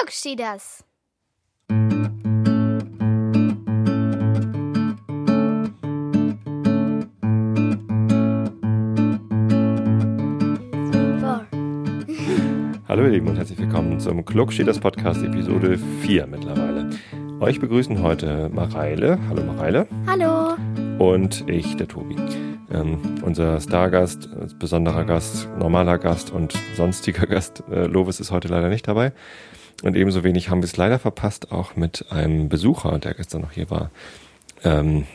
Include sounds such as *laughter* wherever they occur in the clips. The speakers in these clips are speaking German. Klugschieders. Hallo ihr Lieben und herzlich willkommen zum Klugschieders Podcast Episode 4 mittlerweile. Euch begrüßen heute Mareile. Hallo Mareile. Hallo. Und ich, der Tobi. Ähm, unser Stargast, äh, besonderer Gast, normaler Gast und sonstiger *laughs* Gast, äh, Lovis ist heute leider nicht dabei. Und ebenso wenig haben wir es leider verpasst, auch mit einem Besucher, der gestern noch hier war, ähm,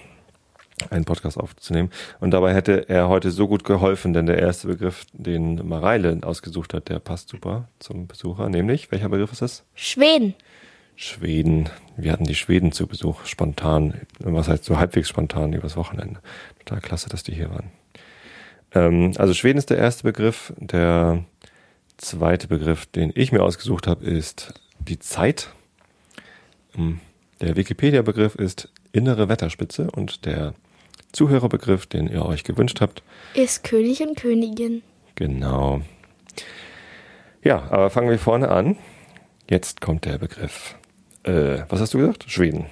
einen Podcast aufzunehmen. Und dabei hätte er heute so gut geholfen, denn der erste Begriff, den Mareile ausgesucht hat, der passt super zum Besucher. Nämlich, welcher Begriff ist das? Schweden. Schweden. Wir hatten die Schweden zu Besuch, spontan. Was heißt so halbwegs spontan übers Wochenende. Total klasse, dass die hier waren. Ähm, also Schweden ist der erste Begriff. Der zweite Begriff, den ich mir ausgesucht habe, ist die Zeit. Ähm, Der Wikipedia-Begriff ist innere Wetterspitze und der Zuhörerbegriff, den ihr euch gewünscht habt, Ist König und Königin. Genau. Ja, aber fangen wir vorne an. Jetzt kommt der Begriff. Äh, was hast du gesagt? Schweden.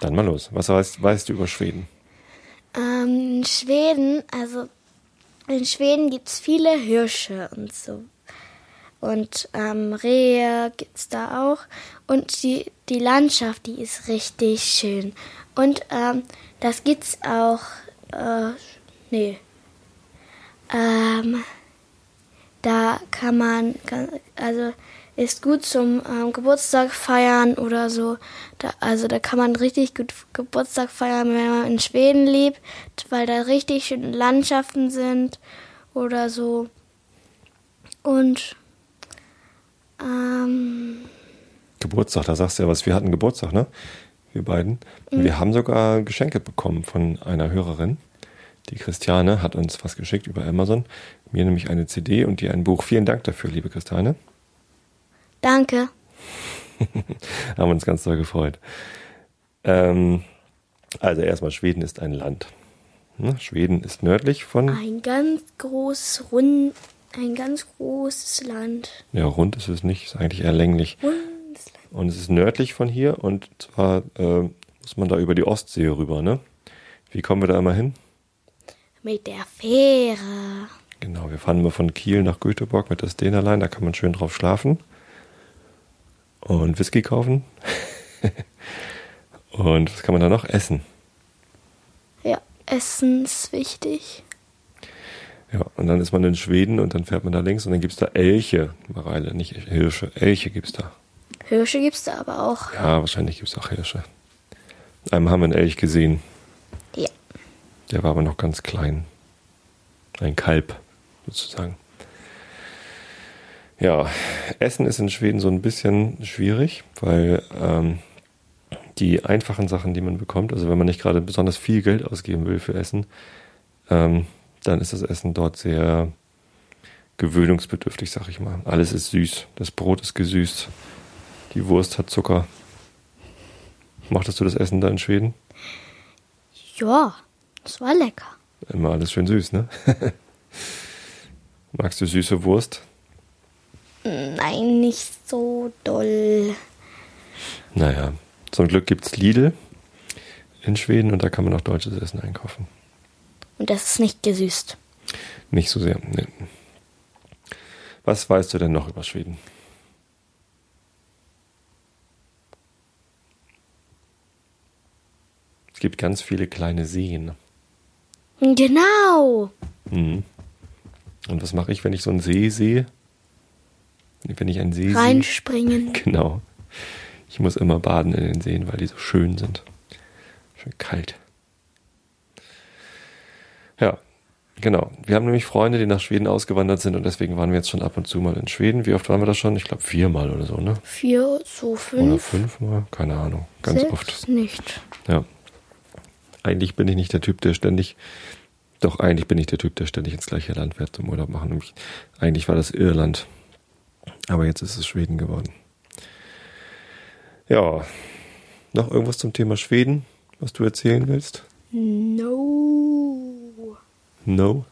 Dann mal los. Was weißt, weißt du über Schweden? Ähm, in Schweden, also in Schweden gibt es viele Hirsche und so. Und ähm, Rehe gibt es da auch. Und die, die Landschaft, die ist richtig schön. Und ähm, das gibt's auch. Äh, nee. Ähm, da kann man, kann, also ist gut zum ähm, Geburtstag feiern oder so. Da, also da kann man richtig gut Geburtstag feiern, wenn man in Schweden lebt, weil da richtig schöne Landschaften sind oder so. Und ähm, Geburtstag, da sagst du ja was. Wir hatten Geburtstag, ne? Wir beiden. Und Wir haben sogar Geschenke bekommen von einer Hörerin. Die Christiane hat uns was geschickt über Amazon. Mir nämlich eine CD und dir ein Buch. Vielen Dank dafür, liebe Christiane. danke. haben uns ganz doll gefreut. Ähm, also erstmal, Schweden ist ein Land. Ne? Schweden ist nördlich von, Ein ganz großes Rund, ein ganz großes Land. ja rund ist es nicht, ist eigentlich eher länglich. Rundes Land. Und es ist nördlich von hier und zwar äh, muss man da über die Ostsee rüber, ne? Wie kommen wir da immer hin? Mit der Fähre. Genau, wir fahren immer von Kiel nach Göteborg mit der Stenerlein, da kann man schön drauf schlafen und Whisky kaufen. *laughs* und was kann man da noch essen? Ja, Essen ist wichtig. Ja, und dann ist man in Schweden und dann fährt man da links und dann gibt's da Elche, Mareile, nicht Hirsche, Elche gibt's da. Hirsche gibt's da aber auch. Ja, wahrscheinlich gibt's auch Hirsche. Einmal haben wir einen Elch gesehen, Ja. der war aber noch ganz klein. Ein Kalb, sozusagen. Ja, Essen ist in Schweden so ein bisschen schwierig, weil ähm, die einfachen Sachen, die man bekommt, also wenn man nicht gerade besonders viel Geld ausgeben will für Essen, ähm, dann ist das Essen dort sehr gewöhnungsbedürftig, sag ich mal. Alles ist süß. Das Brot ist gesüßt. Die Wurst hat Zucker. Mochtest du das Essen da in Schweden? Ja, das war lecker. Immer alles schön süß, ne? *laughs* Magst du süße Wurst? Nein, nicht so doll. Naja, zum Glück gibt's Lidl in Schweden und da kann man auch deutsches Essen einkaufen. Und das ist nicht gesüßt. Nicht so sehr. Ne. Was weißt du denn noch über Schweden? Es gibt ganz viele kleine Seen. Genau. Und was mache ich, wenn ich so einen See sehe? Wenn ich einen See sehe. Reinspringen. *laughs* Genau. Ich muss immer baden in den Seen, weil die so schön sind. Schön kalt. Ja, genau. Wir haben nämlich Freunde, die nach Schweden ausgewandert sind und deswegen waren wir jetzt schon ab und zu mal in Schweden. Wie oft waren wir da schon? Ich glaube viermal oder so, ne? Vier, so Oder fünf. fünfmal? Keine Ahnung. Ganz sechs oft. Nicht. Ja. Eigentlich bin ich nicht der Typ, der ständig, doch eigentlich bin ich der Typ, der ständig ins gleiche Land fährt zum Urlaub machen. Nämlich, eigentlich war das Irland. Aber jetzt ist es Schweden geworden. Ja. Noch irgendwas zum Thema Schweden, was du erzählen willst? No. No.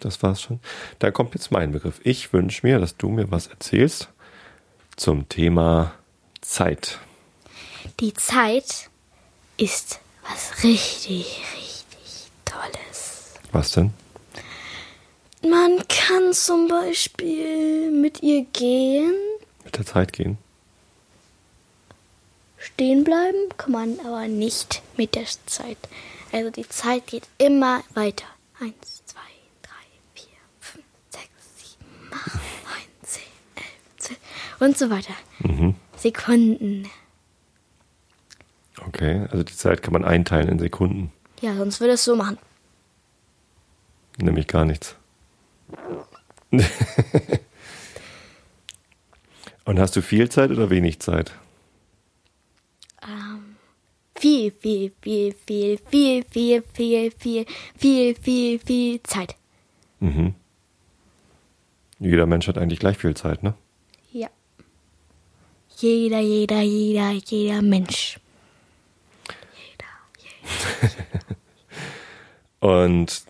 Das war's schon. Dann kommt jetzt mein Begriff. Ich wünsche mir, dass du mir was erzählst zum Thema Zeit. Die Zeit ist was richtig, richtig Tolles. Was denn? Man kann zum Beispiel mit ihr gehen, Mit der Zeit gehen? stehen bleiben, kann man aber nicht mit der Zeit. Also die Zeit geht immer weiter. Eins, zwei, drei, vier, fünf, sechs, sieben, acht, neun, zehn, elf, zwölf und so weiter. Mhm. Sekunden. Okay, also die Zeit kann man einteilen in Sekunden, Ja, sonst würde es so machen. nämlich gar nichts. Und hast du viel Zeit oder wenig Zeit? Viel, viel, viel, viel, viel, viel, viel, viel, viel, viel, viel Zeit. Mhm. Jeder Mensch hat eigentlich gleich viel Zeit, ne? Ja. Jeder, jeder, jeder, jeder Mensch. Jeder, jeder. Und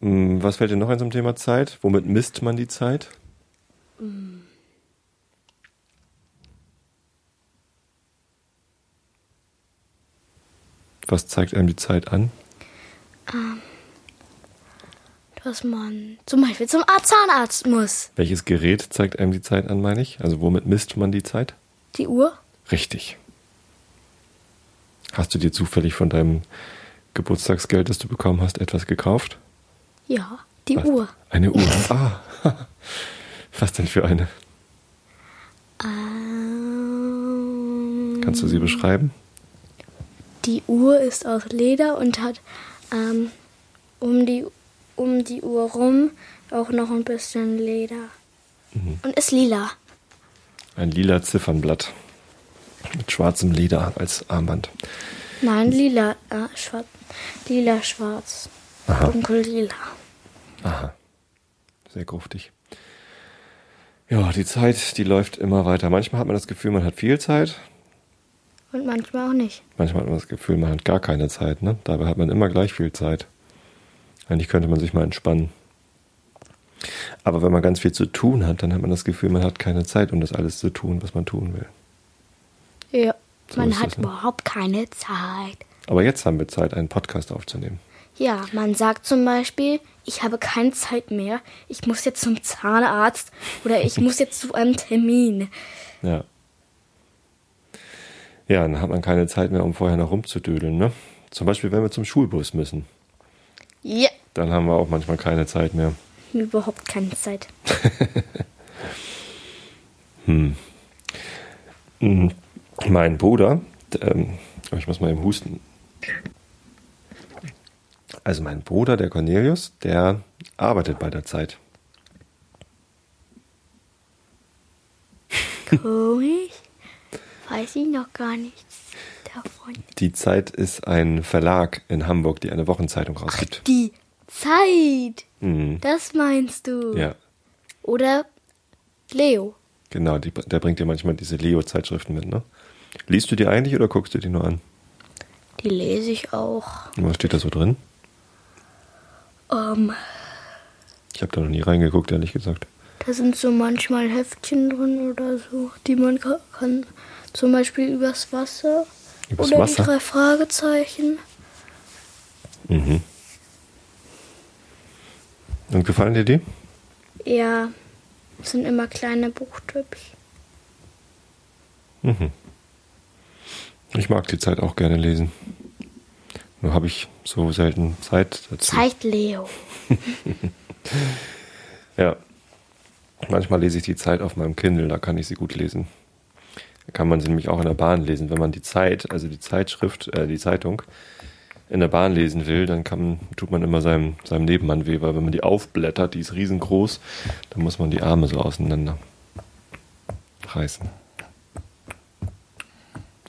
mh, was fällt dir noch ein zum Thema Zeit? Womit misst man die Zeit? Was zeigt einem die Zeit an? Dass man zum Beispiel zum Arzt- Zahnarzt muss. Welches Gerät zeigt einem die Zeit an, meine ich? Also womit misst man die Zeit? Die Uhr? Richtig. Hast du dir zufällig von deinem Geburtstagsgeld, das du bekommen hast, etwas gekauft? Ja, die Was? Uhr. Eine Uhr. *laughs* Ah. Was denn für eine? Ähm, Kannst du sie beschreiben? die Uhr ist aus Leder und hat ähm, um, die, um die Uhr rum auch noch ein bisschen Leder. Mhm. Und ist lila. Ein lila Ziffernblatt mit schwarzem Leder als Armband. Nein, lila, äh, schwarz. Lila, schwarz. Dunkel lila. Aha. Sehr gruftig. Ja, die Zeit, die läuft immer weiter. Manchmal hat man das Gefühl, man hat viel Zeit. Und manchmal auch nicht. Manchmal hat man das Gefühl, man hat gar keine Zeit. Ne? Dabei hat man immer gleich viel Zeit. Eigentlich könnte man sich mal entspannen. Aber wenn man ganz viel zu tun hat, dann hat man das Gefühl, man hat keine Zeit, um das alles zu tun, was man tun will. Ja. So man ist hat das, ne? überhaupt keine Zeit. Aber jetzt haben wir Zeit, einen Podcast aufzunehmen. Ja, man sagt zum Beispiel, ich habe keine Zeit mehr, ich muss jetzt zum Zahnarzt oder ich muss jetzt zu einem Termin. Ja. Ja, dann hat man keine Zeit mehr, um vorher noch rumzudödeln, ne? Zum Beispiel, wenn wir zum Schulbus müssen, Ja, dann haben wir auch manchmal keine Zeit mehr. überhaupt keine Zeit. Mhm. Mein Bruder, d- ähm, oh, ich muss mal eben husten. Also mein Bruder, der Cornelius, der arbeitet bei der Zeit. Komisch, weiß ich noch gar nichts davon. Die Zeit ist ein Verlag in Hamburg, die eine Wochenzeitung rausgibt. Die Zeit, Mhm. das meinst du. Ja, Oder Leo. genau, die, der bringt dir manchmal diese Leo-Zeitschriften mit, ne? Liest du die eigentlich oder guckst du die nur an? Die lese ich auch. Und Was steht da so drin? Ähm, Ich habe da noch nie reingeguckt, ehrlich gesagt. Da sind so manchmal Heftchen drin oder so, die man ka- kann. Zum Beispiel übers Wasser. Übers oder Wasser? die drei Fragezeichen. Und gefallen dir die? Ja, das sind immer kleine Buchtips. Ich mag die Zeit auch gerne lesen. Nur habe ich so selten Zeit dazu. Zeigt Leo. Ja. Manchmal lese ich die Zeit auf meinem Kindle, da kann ich sie gut lesen. Da kann man sie nämlich auch in der Bahn lesen. Wenn man die Zeit, also die Zeitschrift, äh, die Zeitung in der Bahn lesen will, dann kann, tut man immer seinem, seinem Nebenmann weh, weil wenn man die aufblättert, die ist riesengroß, dann muss man die Arme so auseinander reißen.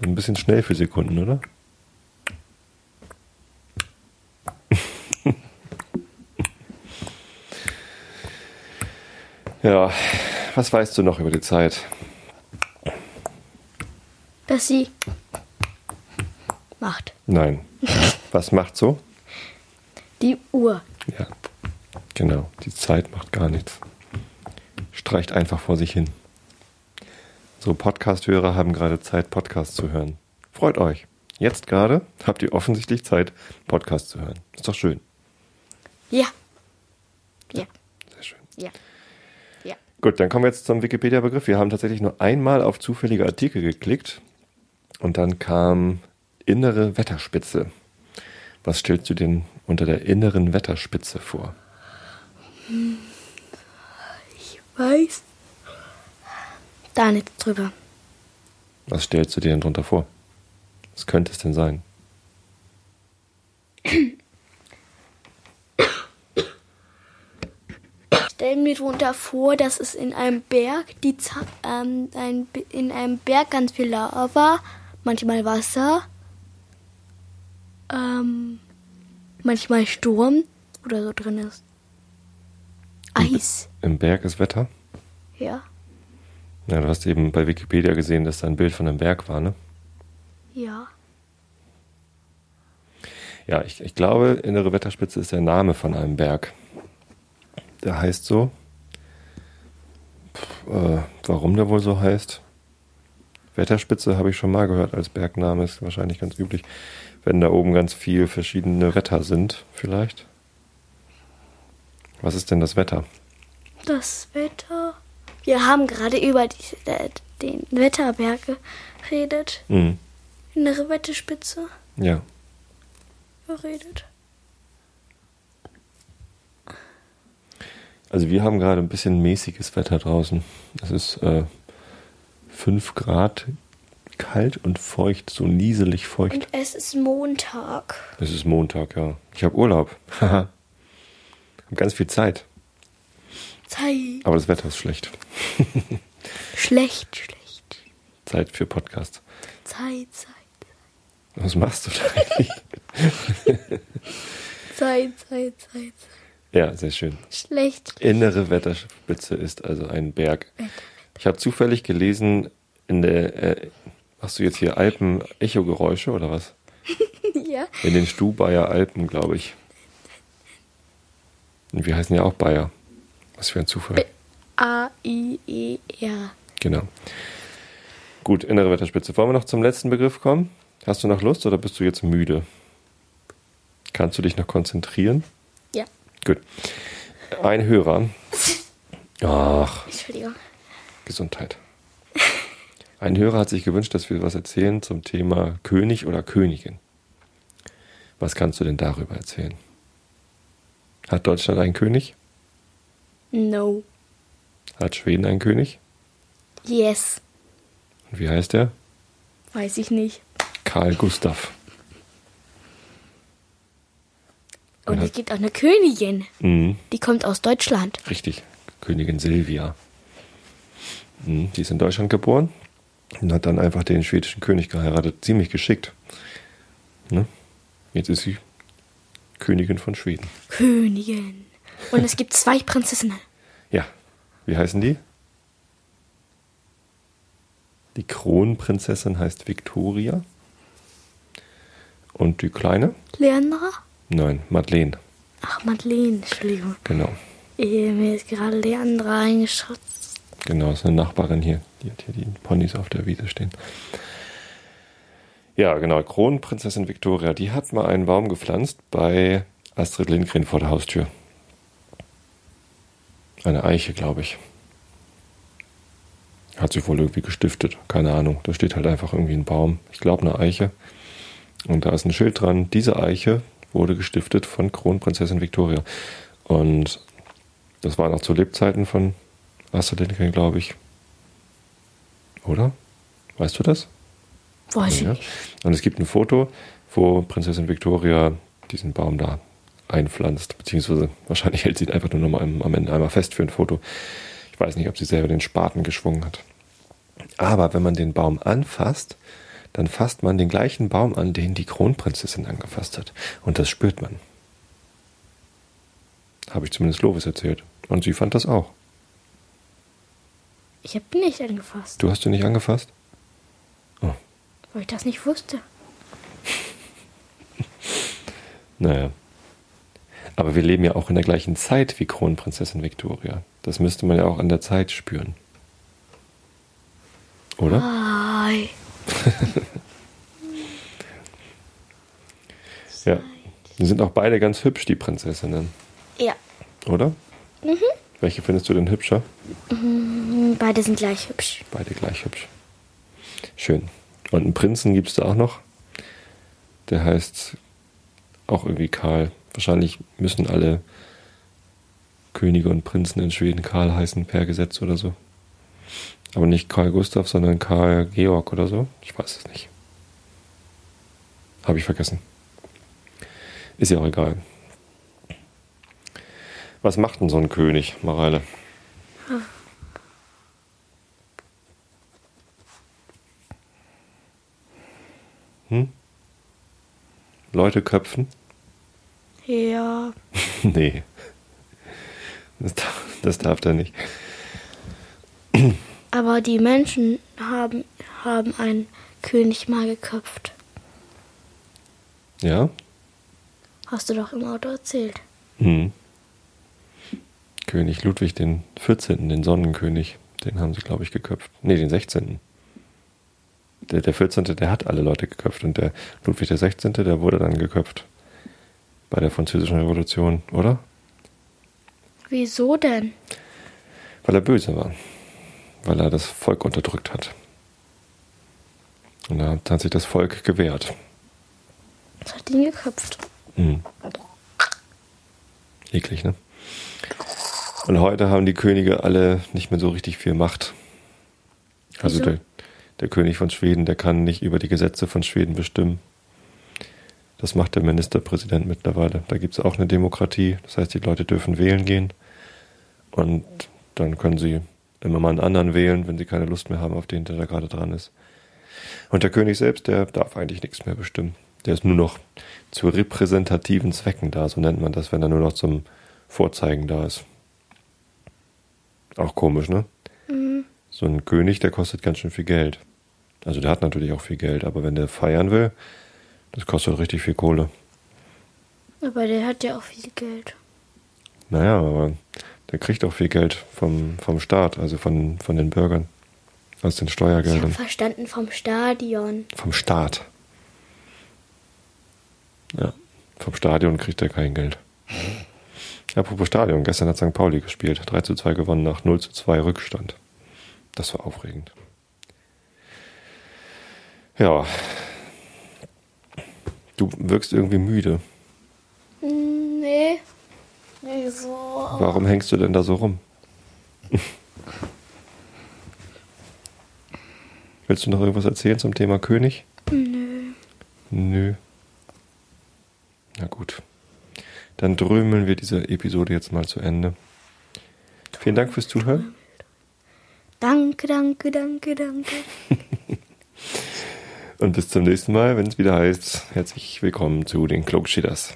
Ein bisschen schnell für Sekunden, oder? Ja, was weißt du noch über die Zeit? Dass sie macht. *laughs* Nein. Was macht so? Die Uhr. Ja, genau. Die Zeit macht gar nichts. Streicht einfach vor sich hin. So Podcast-Hörer haben gerade Zeit, Podcasts zu hören. Freut euch. Jetzt gerade habt ihr offensichtlich Zeit, Podcasts zu hören. Ist doch schön. Ja. Ja. Sehr schön. Ja. Ja. Gut, dann kommen wir jetzt zum Wikipedia-Begriff. Wir haben tatsächlich nur einmal auf zufällige Artikel geklickt und dann kam innere Wetterspitze. Was stellst du denn unter der inneren Wetterspitze vor? Weiß. Da nichts drüber. Was stellst du dir denn drunter vor? Was könnte es denn sein? Stell mir drunter vor, dass es in einem Berg, die Za- ähm, ein, B- in einem Berg ganz viel Lava, manchmal Wasser, ähm, manchmal Sturm oder so drin ist. Eis, Im Berg ist Wetter? ja, Ja, du hast eben bei Wikipedia gesehen, dass da ein Bild von einem Berg war, ne? ja. Ja, ich, ich glaube, Innere Wetterspitze ist der Name von einem Berg. Der heißt so. Pff, äh, warum der wohl so heißt? Wetterspitze habe ich schon mal gehört als Bergname, ist wahrscheinlich ganz üblich, wenn da oben ganz viel verschiedene Wetter sind, vielleicht. Was ist denn das Wetter? Das Wetter. Wir haben gerade über die, äh, den Wetterberg geredet. Mhm. Innere Wettespitze Ja, geredet. Also wir haben gerade ein bisschen mäßiges Wetter draußen. Es ist äh, 5 Grad kalt und feucht, so nieselig feucht. Und es ist Montag. Es ist Montag, ja. Ich habe Urlaub. Haha. hab ganz viel Zeit, Zeit. aber das Wetter ist schlecht. Schlecht, schlecht. Zeit für Podcast. Zeit, Zeit. Was machst du da eigentlich? Zeit, Zeit, Zeit. ja, sehr schön. Schlecht. Innere Wetterspitze ist also ein Berg. Ich habe zufällig gelesen, in der äh, hast du jetzt hier Alpen-Echo-Geräusche oder was? Ja. In den Stubayer Alpen, glaube ich. Und wir heißen ja auch Bayer. Was für ein Zufall. E, A-I-E-R. Genau. Gut, innere Wetterspitze. Wollen wir noch zum letzten Begriff kommen? Hast du noch Lust oder bist du jetzt müde? Kannst du dich noch konzentrieren? Ja. Gut. Ein Hörer. Ach, Entschuldigung. Gesundheit. Ein Hörer hat sich gewünscht, dass wir was erzählen zum Thema König oder Königin. Was kannst du denn darüber erzählen? Hat Deutschland einen König? No. Hat Schweden einen König? Yes. Und wie heißt er? Weiß ich nicht. Karl Gustav. Und Ja. es gibt auch eine Königin. Mhm, Die kommt aus Deutschland. richtig, Königin Silvia. Mhm, die ist in Deutschland geboren und hat dann einfach den schwedischen König geheiratet. Ziemlich geschickt. Ne? Jetzt ist sie Königin von Schweden. Königin. Und es gibt zwei Prinzessinnen. Ja. Wie heißen die? Die Kronprinzessin heißt Victoria. Und die Kleine? Leandra? Nein, Madeleine. Ach, Madeleine, Entschuldigung. Genau. Eh, mir ist gerade Leandra eingeschaut. Genau, ist eine Nachbarin hier. Die hat hier die Ponys auf der Wiese stehen. Ja, genau. Kronprinzessin Victoria, die hat mal einen Baum gepflanzt bei Astrid Lindgren vor der Haustür. Eine Eiche, glaube ich. Hat sie wohl irgendwie gestiftet. Keine Ahnung. Da steht halt einfach irgendwie ein Baum. Ich glaube, eine Eiche. Und da ist ein Schild dran. Diese Eiche wurde gestiftet von Kronprinzessin Victoria. Und das waren auch zu Lebzeiten von Astrid Lindgren, glaube ich. Oder? Weißt du das? Weiß ich Ja. nicht. Und es gibt ein Foto, wo Prinzessin Victoria diesen Baum da einpflanzt, beziehungsweise wahrscheinlich hält sie ihn einfach nur noch mal am, am Ende einmal fest für ein Foto. Ich weiß nicht, ob sie selber den Spaten geschwungen hat. Aber wenn man den Baum anfasst, dann fasst man den gleichen Baum an, den die Kronprinzessin angefasst hat. Und das spürt man. Habe ich zumindest Lovis erzählt. Und sie fand das auch. Ich habe nicht angefasst, Du hast ihn nicht angefasst? weil ich das nicht wusste. Naja. Aber wir leben ja auch in der gleichen Zeit wie Kronprinzessin Victoria. Das müsste man ja auch an der Zeit spüren. oder? Ah, Ei. Ja. Die sind auch beide ganz hübsch, die Prinzessinnen, Ja, oder? Mhm. Welche findest du denn hübscher? beide sind gleich hübsch. Beide gleich hübsch. Schön. Und einen Prinzen gibt es da auch noch. Der heißt auch irgendwie Karl. Wahrscheinlich müssen alle Könige und Prinzen in Schweden Karl heißen, per Gesetz oder so. Aber nicht Karl Gustav, sondern Karl Georg oder so. Ich weiß es nicht. Habe ich vergessen. Ist ja auch egal. Was macht denn so ein König, Mareile? Leute köpfen? Ja. *laughs* Nee. Das darf, das darf der nicht. Aber die Menschen haben, haben einen König mal geköpft. Ja? Hast du doch im Auto erzählt. Hm. König Ludwig den 14., den Sonnenkönig, den haben sie, glaube ich, geköpft. Nee, den 16. Der, der 14., der hat alle Leute geköpft und der Ludwig der 16., der wurde dann geköpft. Bei der französischen Revolution, oder? Wieso denn? Weil er böse war. Weil er das Volk unterdrückt hat. Und da hat- hat sich das Volk gewehrt. Das hat ihn geköpft. Mhm. Eklig, ne? Und heute haben die Könige alle nicht mehr so richtig viel Macht. Also Wieso? der, der König von Schweden, der kann nicht über die Gesetze von Schweden bestimmen. Das macht der Ministerpräsident mittlerweile. Da gibt es auch eine Demokratie. Das heißt, die Leute dürfen wählen gehen. Und dann können sie immer mal einen anderen wählen, wenn sie keine Lust mehr haben auf den, der da gerade dran ist. Und der König selbst, der darf eigentlich nichts mehr bestimmen. Der ist nur noch zu repräsentativen Zwecken da, so nennt man das, wenn er nur noch zum Vorzeigen da ist. Auch komisch, ne? So ein König, der kostet ganz schön viel Geld. Also der hat natürlich auch viel Geld, aber wenn der feiern will, das kostet richtig viel Kohle. Aber der hat ja auch viel Geld. Naja, aber der kriegt auch viel Geld vom, vom Staat, also von, von den Bürgern. Aus den Ich habe Steuergeldern. verstanden vom Stadion. Vom Staat. Ja, vom Stadion kriegt er kein Geld. Apropos Stadion, gestern hat St. Pauli gespielt. 3 zu 2 gewonnen nach 0 zu 2 Rückstand. Das war aufregend. Ja. Du wirkst irgendwie müde. Nee. Wieso? Warum hängst du denn da so rum? Willst du noch irgendwas erzählen zum Thema König? Nö. Nö. Na gut. Dann drömeln wir diese Episode jetzt mal zu Ende. Vielen Dank fürs Zuhören. Danke, danke, danke, danke. Und bis zum nächsten Mal, wenn es wieder heißt, herzlich willkommen zu den Klugschieders.